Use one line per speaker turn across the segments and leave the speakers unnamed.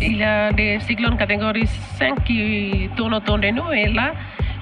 y a des cyclones catégorie 5 qui tournent autour de nous et là,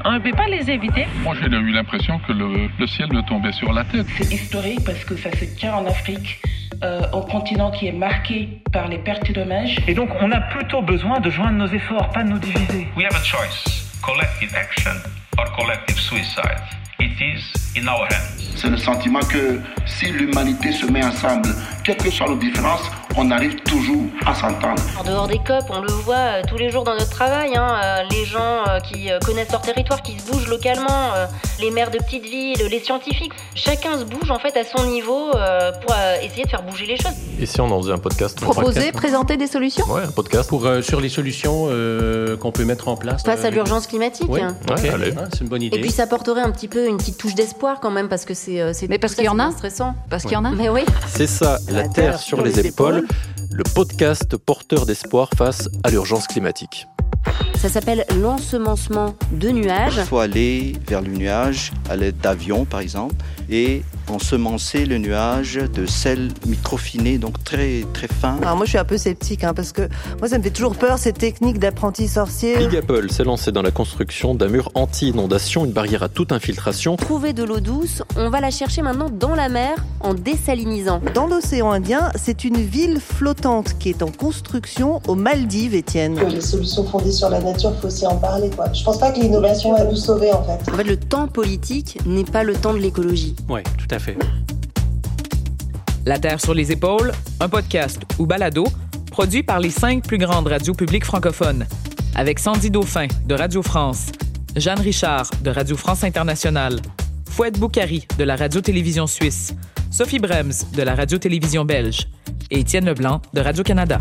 on ne peut pas les éviter.
Moi, j'ai eu l'impression que le, le ciel me tombait sur la tête.
C'est historique parce que ça se tient en Afrique, euh, un continent qui est marqué par les pertes et dommages.
Et donc, on a plutôt besoin de joindre nos efforts, pas de nous diviser.
We have a choice, collective action or collective suicide. It is in our hands.
C'est le sentiment que si l'humanité se met ensemble, quelles que soient nos différences, on arrive toujours à s'entendre.
En dehors des COP, on le voit euh, tous les jours dans notre travail, hein, euh, les gens euh, qui euh, connaissent leur territoire, qui se bougent localement, euh, les maires de petites villes, les scientifiques, chacun se bouge en fait à son niveau euh, pour euh, essayer de faire bouger les choses.
Et si on en faisait un podcast
Proposer,
Un podcast
présenter des solutions
Ouais, un podcast.
pour, euh, sur les solutions euh, qu'on peut mettre en place.
Face à
euh,
l'urgence climatique.
Oui,
hein.
ok,
Ouais, allez.
hein, c'est une bonne idée.
Et puis ça apporterait un petit peu une petite touche d'espoir quand même parce que c'est euh, c'est-
Mais parce
tout ça,
qu'il y en
c'est
a.
pas stressant.
Parce qu'il y en a.
Mais oui.
C'est ça, la, Terre, sur les, épaules, le podcast porteur d'espoir face à l'urgence climatique.
Ça s'appelle l'ensemencement de nuages.
Il faut aller vers le nuage à l'aide d'avions, par exemple, et ensemencer le nuage de sel microfiné, donc très, très fin.
Hein.
Alors moi je suis un peu sceptique hein, parce que moi ça me fait toujours peur ces techniques d'apprenti sorcier.
Big Apple s'est lancé dans la construction d'un mur anti-inondation, une barrière à toute infiltration.
Trouver de l'eau douce, on va la chercher maintenant dans la mer en désalinisant.
Dans l'océan Indien, c'est une ville flottante qui est en construction aux Maldives, Étienne.
les solutions fondées sur la nature, faut aussi en parler. Quoi. Je pense pas que l'innovation va nous sauver en fait.
En fait, le temps politique n'est pas le temps de l'écologie.
Oui, tout à fait.
La Terre sur les épaules, un podcast ou balado produit par les cinq plus grandes radios publiques francophones, avec Sandy Dauphin de Radio France, Jeanne Richard de Radio France Internationale, Fouette Boukari de la Radio-Télévision Suisse, Sophie Brems de la Radio-Télévision Belge et Étienne Leblanc de Radio-Canada.